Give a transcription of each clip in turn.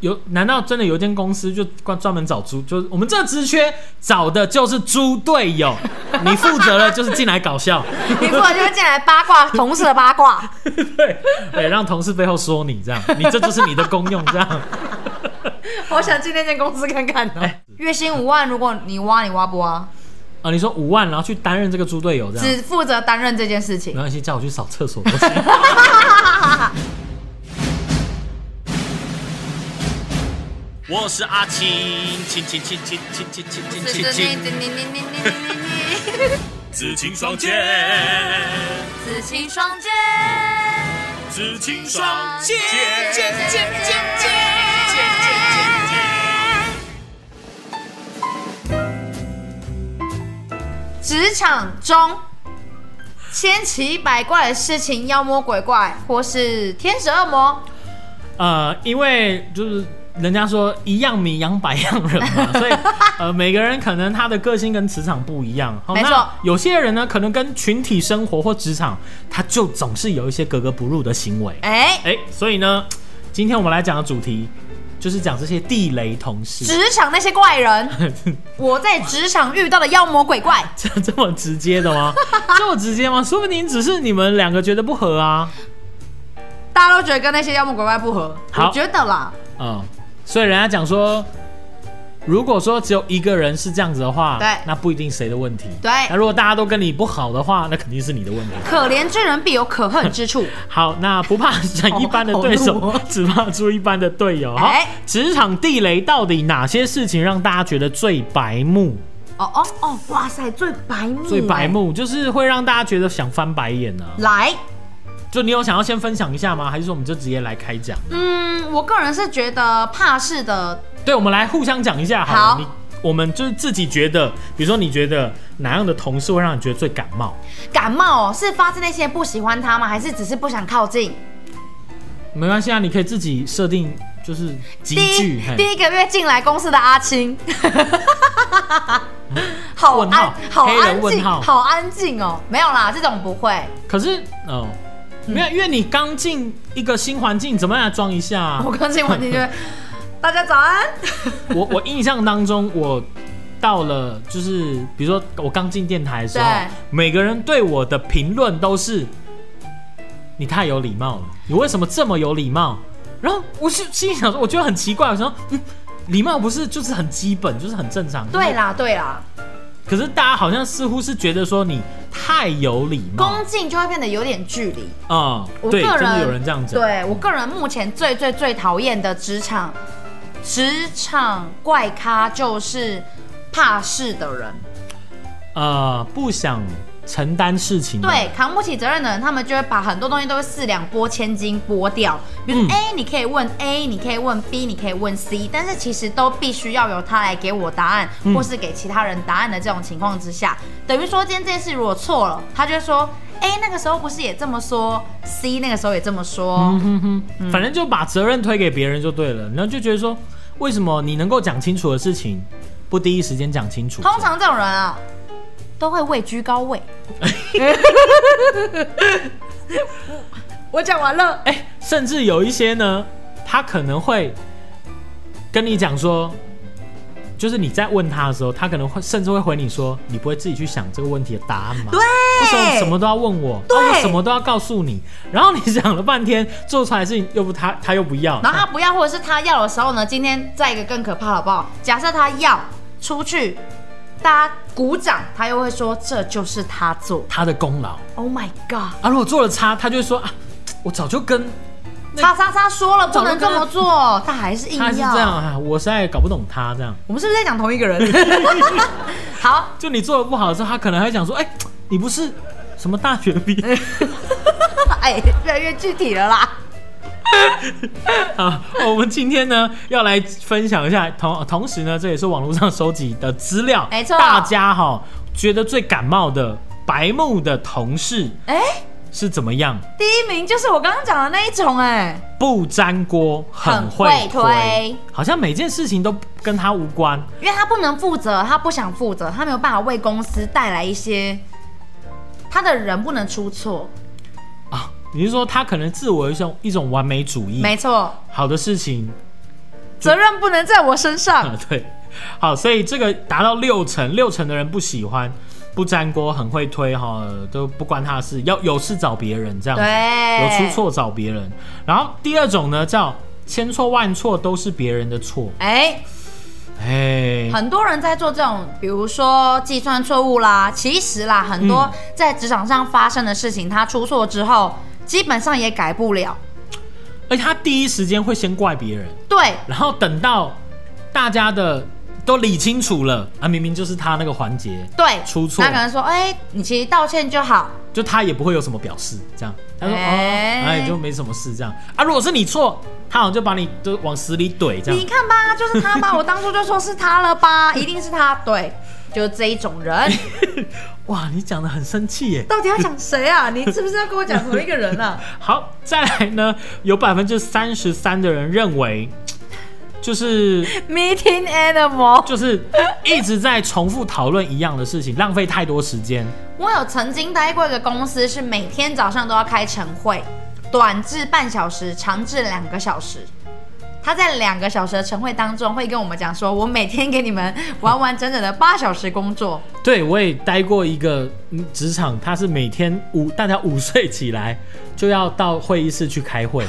有难道真的有一间公司就专专门找猪？就是我们这个职缺找的就是猪队友，你负责了就是进来搞笑， 你过来就会进来八卦同事的八卦，对对，让同事背后说你这样，你这就是你的功用这样。 我想进那间公司看哦看呢。月薪五万，如果你挖，你挖不挖？啊，你说五万，然后去担任这个猪队友这样，只负责担任这件事没情。关系，叫我去扫厕所都行。我是阿青，青青青青青青青青嗯青青，紫青双剑，紫青双剑，紫青双剑。职场中千奇百怪的事情，妖魔鬼怪或是天使恶魔，呃，因为就是人家说一样米养百样人 嘛，所以呃，每个人可能他的个性跟磁场不一样。好没错那有些人呢，可能跟群体生活或职场，他就总是有一些格格不入的行为。哎、哎、所以呢，今天我们来讲的主题就是讲这些地雷同事，职场那些怪人，我在职场遇到的妖魔鬼怪， 这这么直接的吗？这么直接吗？说不定只是你们两个觉得不合啊。 大家都觉得跟那些妖魔鬼怪不合，好我觉得啦，嗯，所以人家讲说，如果说只有一个人是这样子的话，对那不一定谁的问题。对那如果大家都跟你不好的话，那肯定是你的问 题。可怜之人必有可恨之处。好，那不怕整一般的对手，好好怒哦只怕出一般的队友。好哎，职场地雷到底哪些事情让大家觉得最白目？ 哦哦哦，哇塞，最白目，最白。目就是会让大家觉得想翻白眼呢、来，就你有想要先分享一下吗？还是说我们就直接来开讲？嗯，我个人是觉得怕事的，对，我们来互相讲一下好了。好你我们就是自己觉得，比如说你觉得哪样的同事会让你觉得最感冒？感冒哦，是发自内心的不喜欢他吗？还是只是不想靠近？没关系啊，你可以自己设定就是集第句，一嘿第一个月进来公司的阿 青，好问安号好黑人安问静，号好安静哦，没有啦，这种不会，可是哦，没嗯有，因为你刚进一个新环境，怎么样来装一下啊、我刚进完全就会。大家早安，我我印象当中，我到了就是比如说我刚进电台的时候对，每个人对我的评论都是你太有礼貌了，你为什么这么有礼貌？然后我是心里想说，我觉得很奇怪，我想说，嗯，礼貌不是就是很基本，就是很正常。对。啦对啦，可是大家好像似乎是觉得说你太有礼貌恭，敬就会变得有点距离。啊、我对，个真的人有人这样讲。对我个人目前最最最讨厌的职场职场怪咖就是怕事的人，呃，不想承担事情。，对扛不起责任的人，他们就会把很多东西都会四两拨千斤拨掉。比如嗯 A，你可以问 A，你可以问 B，你可以问 C，但是其实都必须要由他来给我答案，嗯或是给其他人答案的这种情况之下，等于说今天这件事如果错了，他就会说 A 那个时候不是也这么说，C 那个时候也这么说。嗯嗯反正就把责任推给别人就对了。然后就觉得说，为什么你能够讲清楚的事情，不第一时间讲清楚？通常这种人啊，都会位居高 位。我讲完了，哎、甚至有一些呢，他可能会跟你讲说。就是你在问他的时候，他可能会甚至会回你说：“你不会自己去想这个问题的答案吗？”对为什么什么都要问我？对啊我什么都要告诉你。然后你想了半天，做出来的事情又不他他又不要，然后他不要，或者是他要的时候呢，今天再一个更可怕好不好？假设他要出去，大家鼓掌，他又会说这就是他做。他的功劳。 Oh my god！啊，如果做了差，他就会说啊，我早就跟那叉叉叉说了不早就能跟他这么做，他还是硬他是这样要。啊，我实在搞不懂他这样。我们是不是在讲同一 个人？好，就你做的不好的时候，他可能还会讲说，哎、你不是什么大学毕 业哎，越来越具体了啦。啊？我们今天呢要来分享一下，同同时呢，这也是网络上收集的资料，没错大家哈、觉得最感冒的白目的同事哎，是怎么样？第一名就是我刚刚讲的那一种哎。不粘锅，很会很会推推好像每件事情都跟他无关。因为他不能负责，他不想负责，他没有办法为公司带来一些，他的人不能出错，啊，嗯你是说他可能自我一种一种完美主义？没错，好的事情责任不能在我身上啊，。 对，好，所以这个达到六成，六成的人不喜欢，不粘锅，很会推哈，都不关他的事，要有事找别人这样子，对有出错找别人。然后第二种呢，叫千错万错都是别人的错，哎，哎，很多人在做这种，比如说计算错误啦，其实啦，很多嗯在职场上发生的事情，他出错之后，基本上也改不了。而且他第一时间会先怪别人，对，然后等到大家的都理清楚了啊，明明就是他那个环节，对，出错他可能说，哎、你其实道歉就好。就他也不会有什么表示，这样他说、哎哦，哎就没什么事这样啊。如果是你错，他好像就把你就往死里怼这你样。看吧，就是他吧，我当初就说是他了 吧，一定是他。对，就是这一种人。哇，你讲的很生气耶。到底要讲谁啊？你是不是要跟我讲同一个 人啊？好，再来呢，有百分之三十三的人认为，就是？Meeting animal，就是一直在重复讨论一样的事情，浪费太多时间。我有曾经待过一个公司，是每天早上都要开晨会，短至半小时，长至两个小时。他在两个小时的晨会当中，会跟我们讲说，我每天给你们完完整整的八小时工作。对，我也待过一个嗯职场，他是每天午大家午睡起来就要到会议室去开会，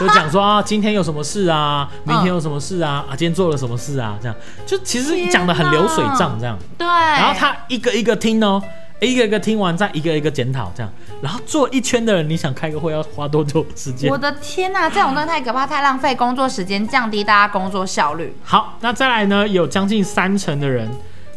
就讲说啊，今天有什么事啊，明天有什么事啊，啊，今天做了什么事啊，这样就其实讲的很流水账这样。对，然然后他一个一个听哦，一个一个听完，再一个一个检讨这样，然后做一圈的人，你想开个会要花多久时间我？的天呐、这种真的太可怕，太浪费工作时间，降低大家工作效率。好，那再来呢？有将近三成的人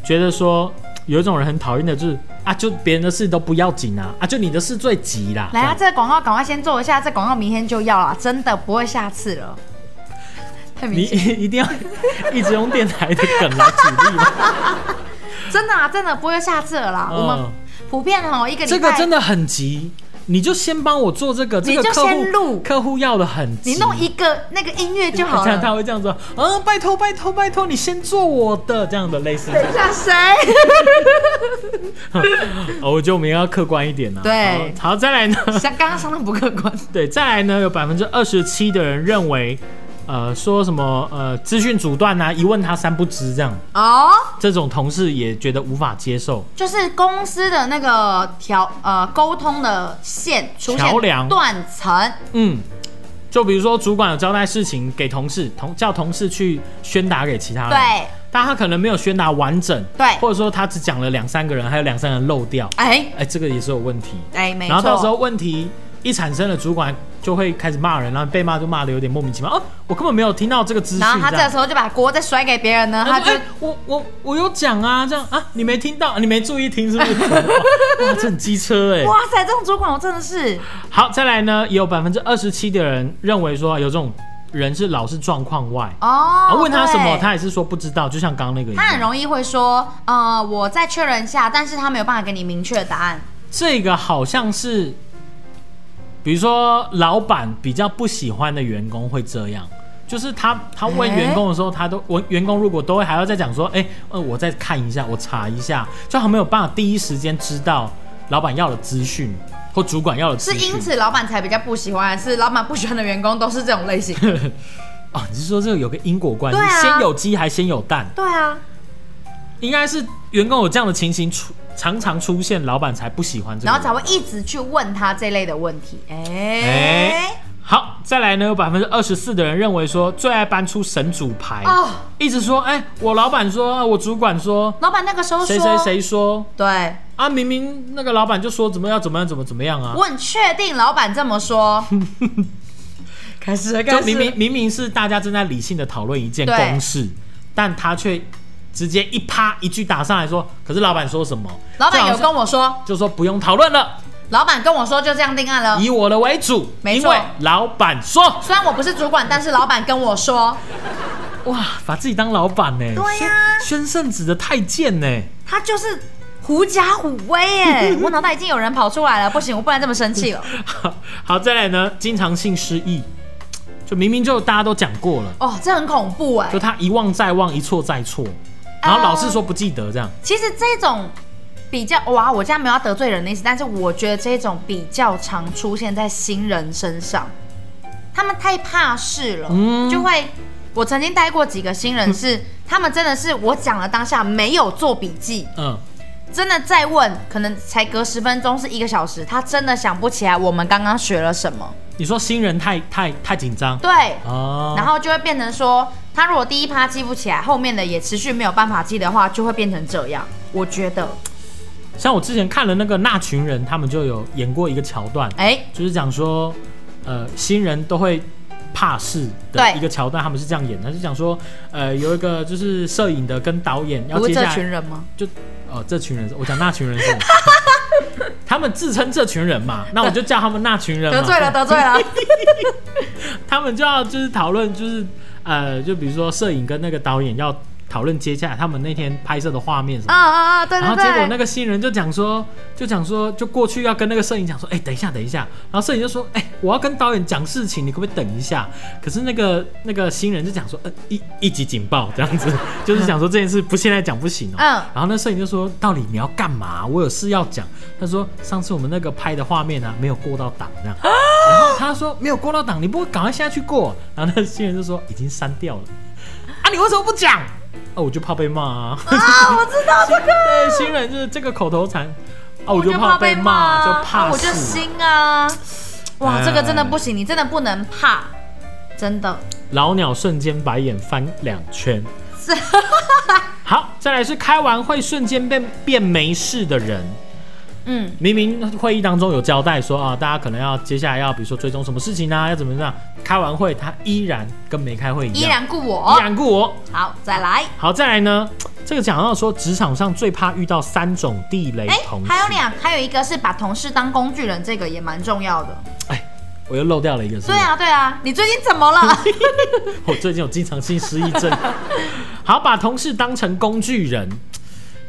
觉得说，有一种人很讨厌的就是啊，就别人的事都不要紧啊，啊，就你的事最急啦。来啊，这样这个广告赶快先做一下，这广告明天就要了，真的不会下次了。太你明显，一定要一直用电台的梗来举例吗？真的啊，真的不会下次了啦。嗯我们普遍哦，一个礼拜这个真的很急，你就先帮我做这个，这你个就客户先录客户要的很急，哎你弄一个那个音乐就好这样了。他会这样说，嗯，拜托拜托拜托，你先做我的这样的类似这样。下谁？哦，我觉得我们要客观一点啊。对好，好再来呢？ 像刚刚相当不客观。对，再来呢，有百分之二十七的人认为，呃，说什么呃资讯阻断啊，一问他三不知这样，哦，这种同事也觉得无法接受。就是公司的那个条呃沟通的线出现桥梁断层，嗯，就比如说主管有交代事情给同事，同叫同事去宣达给其他人，，对但他可能没有宣达完整，对或者说他只讲了两三个人，还有两三个人漏掉，哎哎，这个也是有问题。哎，没错。然后到时候问题一产生了，主管就会开始骂人，然后被骂就骂的有点莫名其妙。哦，我根本没有听到这个资讯。然后他这这样个时候就把锅再甩给别人呢，他他就说：“哎、我我我有讲啊，这样啊，你没听到，你没注意听是不是？ 哇，这很机车哎、哇塞，这种主管我真的是好，再来呢，也有百分之二十七的人认为说有这种人是老是状况外。啊哦，问他什么，对他也是说不知道，就像刚刚那个一他很样。容易会说，呃，我再确认一下，但是他没有办法给你明确的答案。这个好像是，比如说老板比较不喜欢的员工会这样，就是他他问哎员工的时候，他都问员工如果都会还要再讲说，哎、呃，我再看一下，我查一下，就好像没有办法第一时间知道老板要的资讯或主管要的资是讯。因此老板才比较不喜欢，是老板不喜欢的员工都是这种 类型。 哦，你是说这个有个因果关系，对啊先有鸡还先有蛋，对啊，应该是员工有这样的情形出常常出现，老板才不喜欢这个然人。后才会一直去问他这类的问题。哎、哎好，再来呢，有百分之二十四的人认为说最爱搬出神主牌，哦，一直说，哎、我老板说，啊我主管说，老板那个时候说，谁谁谁说对，啊，明明那个老板就说怎么样怎么样怎么怎么样啊，我很确定老板这 么说。开始了，就开始了明明明明是大家正在理性的讨论一件对公事，但他却直接一啪一句打上来说，可是老板说什么？老这板好有像跟我说，就说不用讨论了，老板跟我说就这样定案了。以我的为主，哦没因错为老板说，虽然我不是主管，但是老板跟我说，哇，把自己当老板呢、对呀宣宣圣子的太监呢、他就是狐假虎威 耶！我脑袋已经有人跑出来了，不行，我不能这么生气了。好， 好，再来呢，经常性失忆，就明明就大家都讲过了，哦，这很恐怖哎就。他一忘再忘，一错再错，然后老是说不记得这样。其实这种比较哇，我这样没有要得罪人的意思，但是我觉得这种比较常出现在新人身上，他们太怕事了，嗯就会。我曾经带过几个新人是，他们真的是我讲了当下没有做笔记，嗯，真的再问，可能才隔十分钟是一个小时，他真的想不起来我们刚刚学了什么。你说新人太太太紧张对，哦，然后就会变成说，他如果第一趴记不起来，后面的也持续没有办法记的话，就会变成这样。我觉得，像我之前看了那个那群人，他们就有演过一个桥段，哎、就是讲说，呃，新人都会怕事的对一个桥段，他们是这样演的，他是讲说，呃，有一个就是摄影的跟导演要不接是下这来群人吗？就哦，这群人是，我讲那群人 是，他们自称这群人嘛，那我就叫他们那群人嘛，得罪了，得 罪了。他们就要就是讨论，就是呃，就比如说摄影跟那个导演要讨论接下来他们那天拍摄的画面什么。啊啊啊！对然对后对。结果那个新人就讲说，就讲说，就过去要跟那个摄影讲说，哎、等一下，等一下。然后摄影就说，哎、我要跟导演讲事情，你可不可以等一下？可是那个那个新人就讲说，呃，一一级警报这样子， 就是讲说这件事不现在讲不行哦、嗯然后那摄影就说，到底你要干嘛？我有事要讲。他说，上次我们那个拍的画面啊，没有过到档这 样。然后他说没有过到档，你不会赶快下去过？然后那新人就说已经删掉了。啊，你为什么不讲？哦，我就怕被骂啊。啊，我知道这个。对，新人就是这个口头禅，啊，我就怕怕被骂，骂，就怕啊我就死。心啊。哇，哎这个真的不行，你真的不能怕，真的。老鸟瞬间白眼翻两圈。 好，再来是开完会瞬间变变没事的人。嗯，明明会议当中有交代说啊，大家可能要接下来要比如说追踪什么事情啊，要怎么样。开完会他依然跟没开会一依样，然故依我。然顾我。好，再来。好，再来呢，这个讲到说职场上最怕遇到三种地雷哎同，事，还有两，还有一个是把同事当工具人，这个也蛮重要的。嗯我又漏掉了一个，是不对是？啊，对啊，你最近怎么 了？我最近有经常性失忆症。好，把同事当成工具人，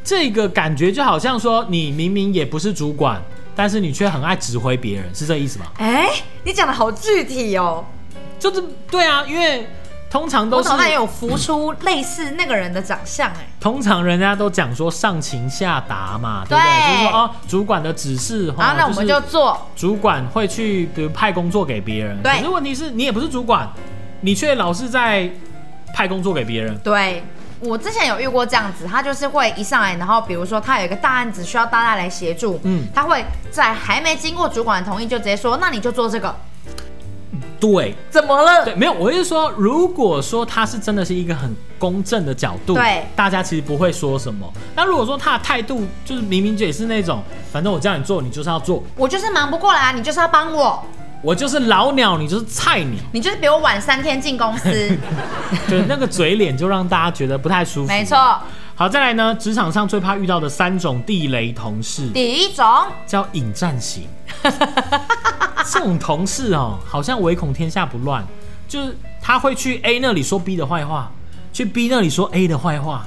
这个感觉就好像说你明明也不是主管，但是你却很爱指挥别人，是这意思吗？哎，你讲的好具体哦。就是对啊，因为通常都我是脑袋也有浮出类似那个人的长相，哎，通常人家都讲说上情下达嘛，对不对对？就是说哦，主管的指示，哦然后那我们是就做。主管会去，比如派工作给别人，对可是问题是你也不是主管，你却老是在派工作给别人。对。我之前有遇过这样子，他就是会一上来，然后比如说他有一个大案子需要大家来协助，嗯嗯，他会在还没经过主管的同意就直接说，那你就做这个，对怎么了？对，没有，我是说，如果说他是真的是一个很公正的角度，对大家其实不会说什么。那如果说他的态度就是明明就也是那种，反正我叫你做，你就是要做，我就是忙不过来啊，你就是要帮我，我就是老鸟，你就是菜 鸟，你就是比我晚三天进公 司，对，那个嘴脸就让大家觉得不太舒服。没。错。好，再来呢，职场上最怕遇到的三种地雷同事。第一种，叫引战型。 这种同事哦，好像唯恐天下不乱，就是他会去 A 那里说 B 的坏话，去 B 那里说 A 的坏话。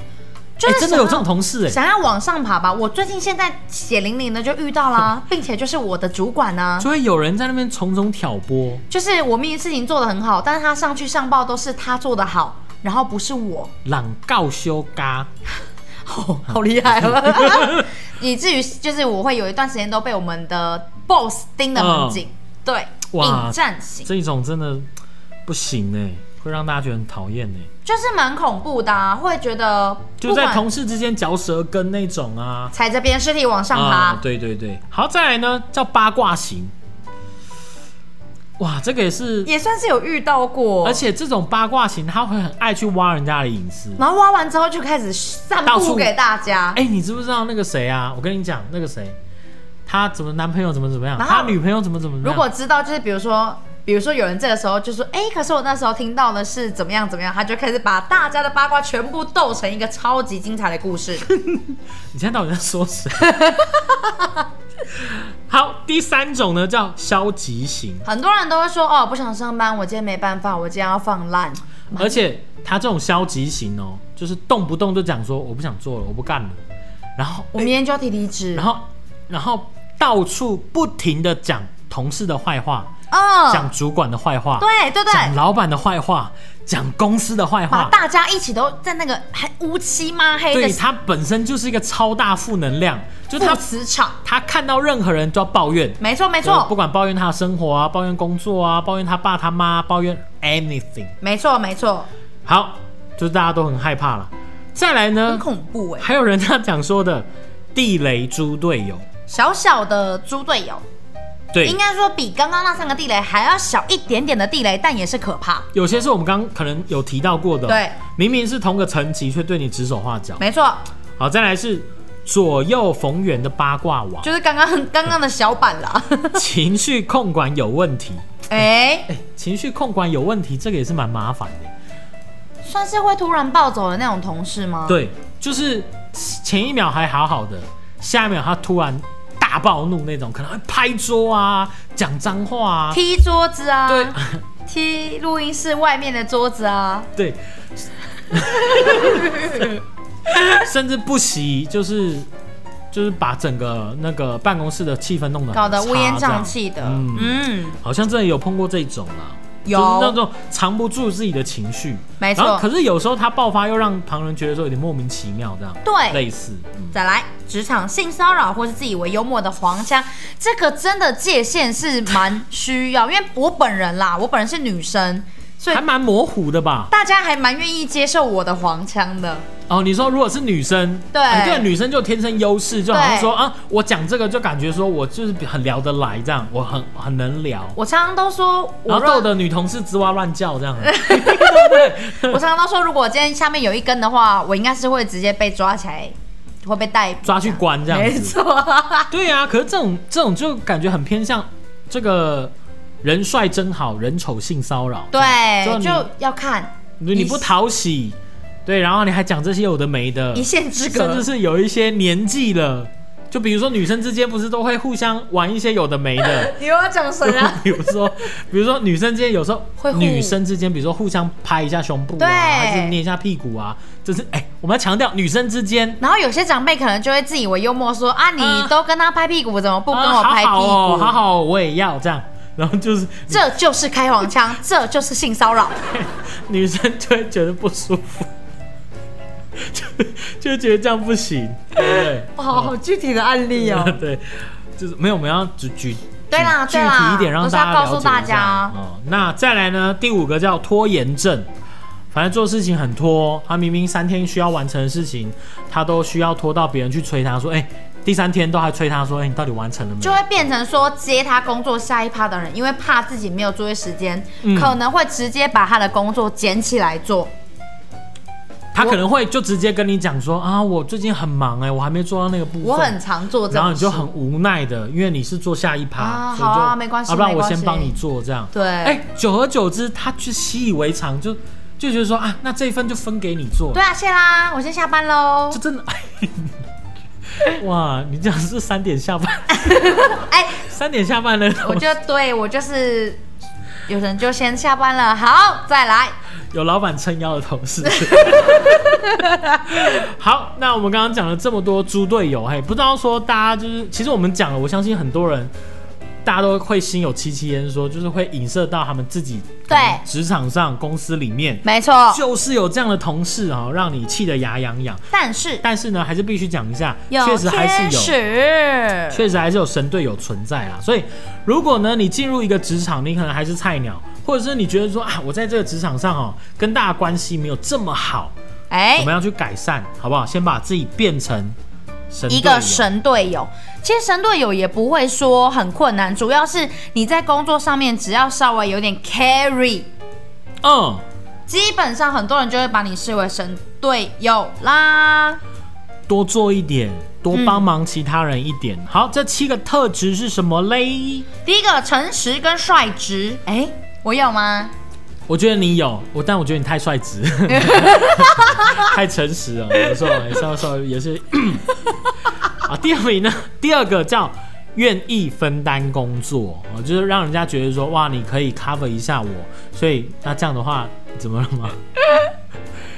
就哎是真的有这种同事哎、想要往上爬吧。我最近现在血淋淋的就遇到啦， 并且就是我的主管呢、就会有人在那边从中挑拨。就是我明明事情做得很好，但是他上去上报都是他做得好，然后不是我，朗告修嘎，哦好厉害了， 以至于就是我会有一段时间都被我们的 boss 盯得很紧，对，嗯哇引战型这种真的不行哎、会让大家觉得很讨厌哎。就是蛮恐怖的、啊，会觉得就不在管同事之间嚼舌根那种啊。踩着别人尸体往上爬，啊，对对对。好，再来呢，叫八卦型。哇，这个也是也算是有遇到过，而且这种八卦型，他会很爱去挖人家的隐私。然后挖完之后就开始散到处布给大家，哎、你知不知道那个谁啊？我跟你讲，那个谁，他怎么男朋友怎么怎么样，然后他女朋友怎么怎么样。如果知道就是比如说。比如说，有人这个时候就说：“哎、可是我那时候听到的是怎么样怎么样。”他就开始把大家的八卦全部斗成一个超级精彩的故事。你现在到底在说谁？ 好，第三种呢叫消极型，很多人都会说哦，不想上班，我今天没办法，我今天要放烂。而且他这种消极型哦，就是动不动就讲说我不想做了，我不干了，然后我明天就要提离职。然后然后到处不停的讲同事的坏话，嗯，讲主管的坏话，对对讲对，老板的坏话，讲公司的坏把话。大家一起都在那个还乌漆抹黑对的他本身就是一个超大负能量，就是他负磁场。他看到任何人都要抱怨，没错没就是不错管抱怨他的生活啊，抱怨工作啊，抱怨他爸他妈，抱怨 anything。没错没错，好，就是大家都很害怕了。再来呢很，恐怖哎、还有人他讲说的地雷猪队友，小小的猪队友，对应，该说比刚刚那三个地雷还要小一点点的地雷，但也是可怕。有些是我们刚刚可能有提到过的，对，明明是同个层级，却对你指手画脚。没错，好，再来是左右逢源的八卦王，就是刚刚刚刚的小版啦。 情绪控管有问题。哎、哎，情绪控管有问题，这个也是蛮麻烦的。算是会突然暴走的那种同事吗？，对，就是前一秒还好好的，下一秒他突然大暴怒那种，可能会拍桌啊、讲脏话啊。踢桌子啊，对， 踢录音室外面的桌子啊，对， 甚至不惜就是就是把整个那个办公室的气氛弄得很搞得乌啊烟差这样瘴气的。嗯嗯，好像真的有碰过这种啦，有就是那种藏不住自己的情绪，没错然后可是有时候他爆发又让旁人觉得说有点莫名其妙这样，对类似，嗯，再来，职场性骚扰或是自以为幽默的黄腔，这个真的界限是蛮需要，因为我本人啦，我本人是女生，所以还蛮模糊的吧？大家还蛮愿意接受我的黄腔的。哦，你说如果是女生，对哎对，女生就天生优势，就好像对说啊，我讲这个就感觉说我就是很聊得来这样，我很很能聊，我常常都说，然后我逗若得女同事吱哇乱叫这样， 我常常都说，如果今天下面有一根的话，我应该是会直接被抓起来，会被逮捕抓去关这样没子。 错，对啊，可是这种这种就感觉很偏向这个人帅真好，人丑性骚扰。 对，就就要看你你不讨喜，对，然后你还讲这些有的没的一，线之甚隔。至。是有一些年纪了，就比如说女生之间不是都会互相玩一些有的没的 你又要讲谁啊？比如说，比如说女生之间有时候会互女生之间，比如说互相拍一下胸部啊，对还是捏一下屁股啊，就是哎、我们要强调女生之间 然后有些长辈可能就会自以为幽默说啊，你啊都跟他拍屁股，怎么不跟啊我拍屁好好哦，好股？好哦，我也要这样。然后就是这就是开黄 腔，这就是性骚扰。女生就会觉得不舒服， 就就觉得这样不行，对不对？具体的案例嗯 对，就是没有，我们要举举对啦具对啦体一点，让都是大家要告了诉解一大家下啊哦。那再来呢，第五个叫拖延症。反正做事情很拖，哦他明明三天需要完成的事情，他都需要拖到别人去催他说：“哎、第三天都还催他说，哎、你到底完成了没？” 就会变成说接他工作下一趴的人，因为怕自己没有作业时间，嗯可能会直接把他的工作捡起来做。他可能会就直接跟你讲说啊，我最近很忙哎、我还没做到那个部分。我很常做这然后种你就事，很无奈的，因为你是做下一趴，啊所以就好啊没关系要、不然没我关系先帮你做这样。对哎、久而久之，他就习以为常，就就觉得说啊，那这一份就分给你做。对，啊，谢啦，我先下 班喽这。真的，哇，你这样是三点下班，哎，三点下班了，我就对我就是，有人就先下班了，好，再来。有老板撑腰的同 事。好，那我们刚刚讲了这么多猪队友，嘿，不知道说大家就是，其实我们讲了，我相信很多人大家都会心有戚戚焉说，就是会影射到他们自己可对哦能职场上、公司里面，没错，就是有这样的同事啊、让你气得牙痒痒。但是但是呢，还是必须讲一下，有确实还天是有。使，确实还是有神队友存在啦。所以，如果呢你进入一个职场，你可能还是菜鸟，或者是你觉得说啊，我在这个职场上哦，跟大家关系没有这么好，哎我们，要去改善，好不好？先把自己变成神队一友个神队友。其实神队友也不会说很困难，主要是你在工作上面只要稍微有点 carry，嗯，基本上很多人就会把你视为神队友啦。多做一点，多帮嗯忙其他人一点。好，这七个特质是什么嘞？第一个诚实跟率直，哎，我有吗？我觉得你有，我但我觉得你太率直， 太诚实了，有时候也稍微稍微也是。 啊，第二名呢，第二个叫愿意分担工作，哦就是让人家觉得说哇，你可以 cover 一下我，所以那这样的话怎么了 吗？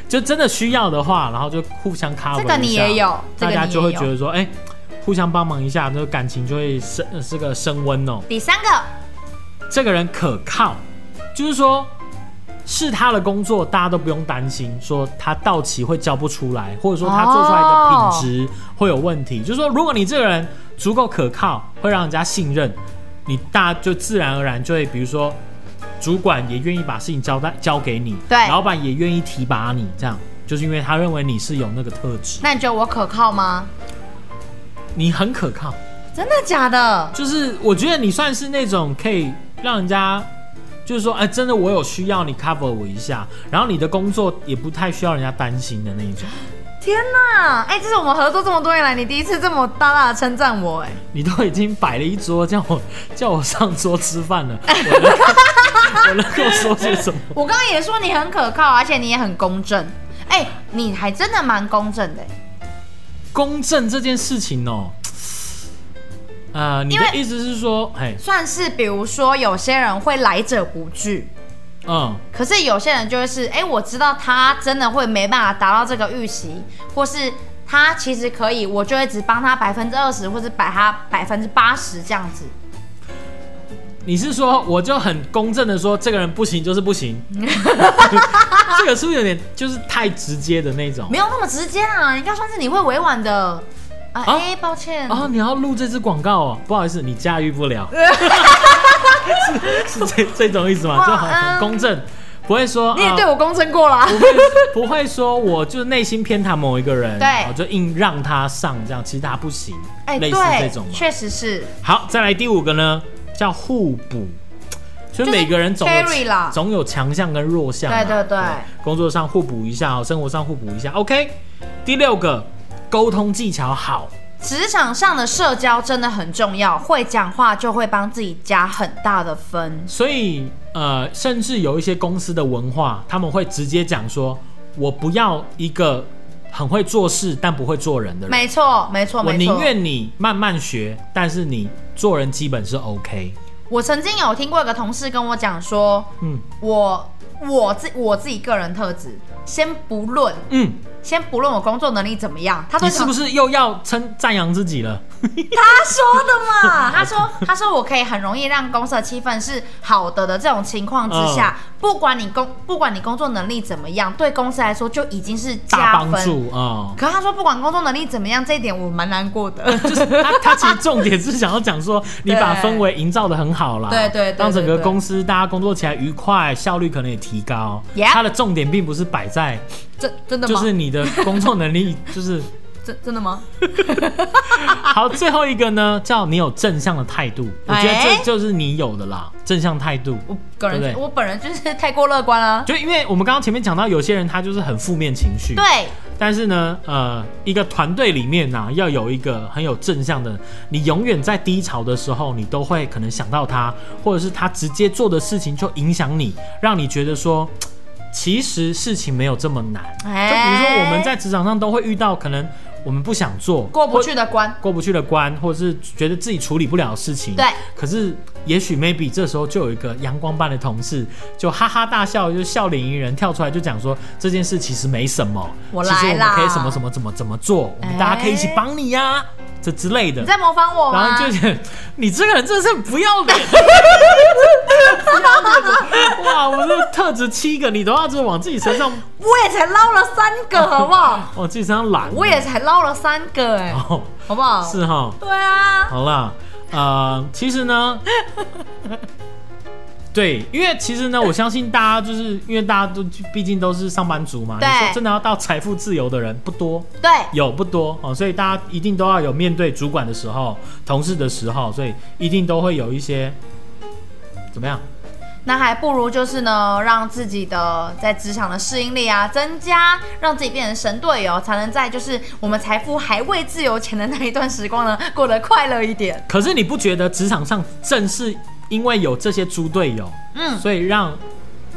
就真的需要的话，然后就互相 cover 这个你一下也有这大个家你就也会有觉得说，哎、互相帮忙一下，这个感情就会升这个升温哦。第三个，这个人可靠，就是说是他的工作，大家都不用担心说他到期会交不出来，或者说他做出来的品质会有问题。就是说，如果你这个人足够可靠，会让人家信任，你大家就自然而然就会，比如说主管也愿意把事情交代交给你，对老板也愿意提拔你，这样就是因为他认为你是有那个特质，那你觉得我可靠吗？你很可靠。真的假的？就是我觉得你算是那种可以让人家，就是说，哎，真的我有需要你 cover 我一下，然后你的工作也不太需要人家担心的那一种， 天哪！哎、这是我们合作这么多年来，你第一次这么大大的称赞我、哎，你都已经摆了一桌叫我叫我上桌吃饭了，我能够我能够说些什么？ 我刚刚也说你很可靠，而且你也很公正。哎、你还真的蛮公正的、哎公正这件事情哦，呃，你的因为意思是说，哎，算是比如说有些人会来者不拒，嗯，可是有些人就会是，哎、我知道他真的会没办法达到这个预期，或是他其实可以，我就会只帮他百分之二十，或是摆他百分之八十这样子。你是说我就很公正的说，这个人不行就是不行， 这个是不是有点就是太直接的那种？没有那么直接啊，应该算是你会委婉的。啊，哎、啊抱歉，哦，你要录这支广告哦，不好意思，你驾驭不 了，是是这这种意思吗？哇就很很嗯公正，不会说你也啊对我公正过了啊、不会不会说我就内心偏袒某一个人，对我就硬让他上这样，其实他不行，哎、类似这对种，嘛。确实是，好，再来第五个呢，叫互补。所以就是每个人总有 carry 啦总有强项跟弱项嘛，哦对对对工作上互补一下哦，生活上互补一下。OK，第六个，沟通技巧好，职场上的社交真的很重要，会讲话就会帮自己加很大的分。所以呃，甚至有一些公司的文化，他们会直接讲说，我不要一个很会做事但不会做人的人，没错，没错，我没宁错。愿你慢慢学，但是你做人基本是 OK。我曾经有听过一个同事跟我讲说，嗯我我自我自己个人特质，先不论嗯，先不论我工作能力怎么样，他都你是不是又要称赞扬自己了？他说 的嘛，他说他说我可以很容易让公司的气氛是好的的这种情况之下，嗯不管你工不管你工作能力怎么样，对公司来说就已经是大加帮分。助啊！可他说不管工作能力怎么样，这一点我蛮难过 的。就是他，他其实重点是想要讲说，你把氛围营造的很好啦，对对对对让整个公司大家工作起来愉快，效率可能也提高。 Yeah 他的重点并不是摆在真真的就吗？是你的工作能力， 就是真真的吗？ 好。最后一个呢，叫你有正向的态度，我觉得哎这就是你有的啦，正向态度。我个人对不对我本人就是太过乐观了。就因为我们刚刚前面讲到，有些人他就是很负面情绪，对，但是呢，呃，一个团队里面呢、要有一个很有正向的，你永远在低潮的时候，你都会可能想到他，或者是他直接做的事情就影响你，让你觉得说，嘖其实事情没有这么难。就比如说我们在职场上都会遇到，可能我们不想做，哎过不或去的关，过不去的关，或者是觉得自己处理不了的事情。对。可是，也许 maybe 这时候就有一个阳光般的同事，就哈哈大笑，就笑脸迎人，跳出来就讲说这件事其实没什么，我其实我来们啦可以什么什么怎么怎么做，我们大家可以一起帮你呀、哎这之类的你。在模仿我然吗？后就觉得你这个人真的是不要 脸，哇！我这特质七个，你都要就是往自己身上，我也才捞了三 个，好不好？往自己身上揽。我也才捞了三个，哎，哦，好不好？是哈、对啊，好啦，呃，其实 呢，对，因为其实呢，我相信大家就是因为大家都毕竟都是上班族嘛，你对说真的要到财富自由的人不多，对，有不多哦，所以大家一定都要有面对主管的时候、同事的时候，所以一定都会有一些怎么样？那还不如就是呢，让自己的在职场的适应力啊增加，让自己变成神队友，才能在就是我们财富还未自由前的那一段时光呢，过得快乐一点。可是你不觉得职场上正是因为有这些猪队友，嗯，所以让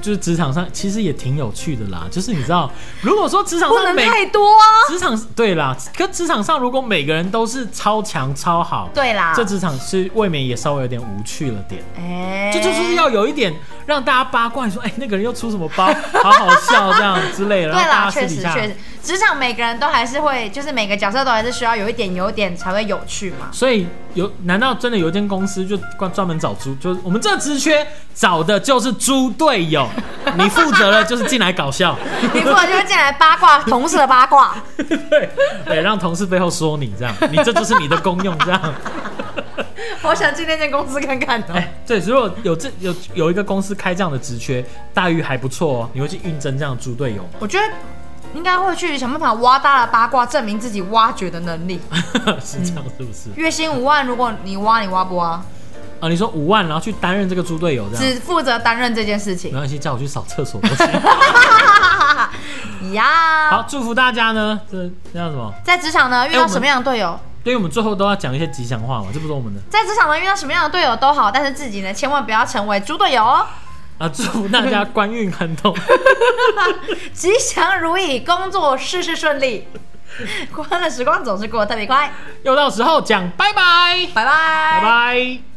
就是职场上其实也挺有趣的啦。就是你知道，如果说职场不上能每太多啊。 职场对啦，可职场上如果每个人都是超强超好，对啊啦，这职场是未免也稍微有点无趣了点。哎，这就是要有一点让大家八卦，说哎、那个人又出什么 包，好好笑这样之类的，对然后大啦，家确私实底下。确实，职场每个人都还是会，就是每个角色都还是需要有一点有点才会有趣 嘛。所以有难道真的有一间公司就专专门找猪？就是我们这职缺找的就是猪队友， 你负责了就是进来搞笑，你不然就会进来八卦同事的 八卦，哎对对，让同事背后说你这样，你这就是你的功用这样。我想进那间公司看看哦、哎对，如果有这有有一个公司开这样的职缺，待遇还不错哦，你会去应征这样的猪队友吗？ 我觉得应该会去想办法挖大了八卦，证明自己挖掘的能力。是这样嗯是不是？月薪五万，如果你挖，你挖不挖？啊，你说五万，然后去担任这个猪队友这样，只负责担任这件事没情。关系，叫我去扫厕所都行。好嗯呀，，祝福大家呢，这这叫什么？在职场呢遇哎我到们什么样的队友，对于我们最后都要讲一些吉祥话嘛，这不是我们的在职场呢遇到什么样的队友都好，但是自己呢千万不要成为猪队友哦。啊！祝福大家 官运亨通，吉祥如意，工作事事顺利。 欢乐时光总是过得特别快，又到时候讲，拜拜，拜拜，拜拜。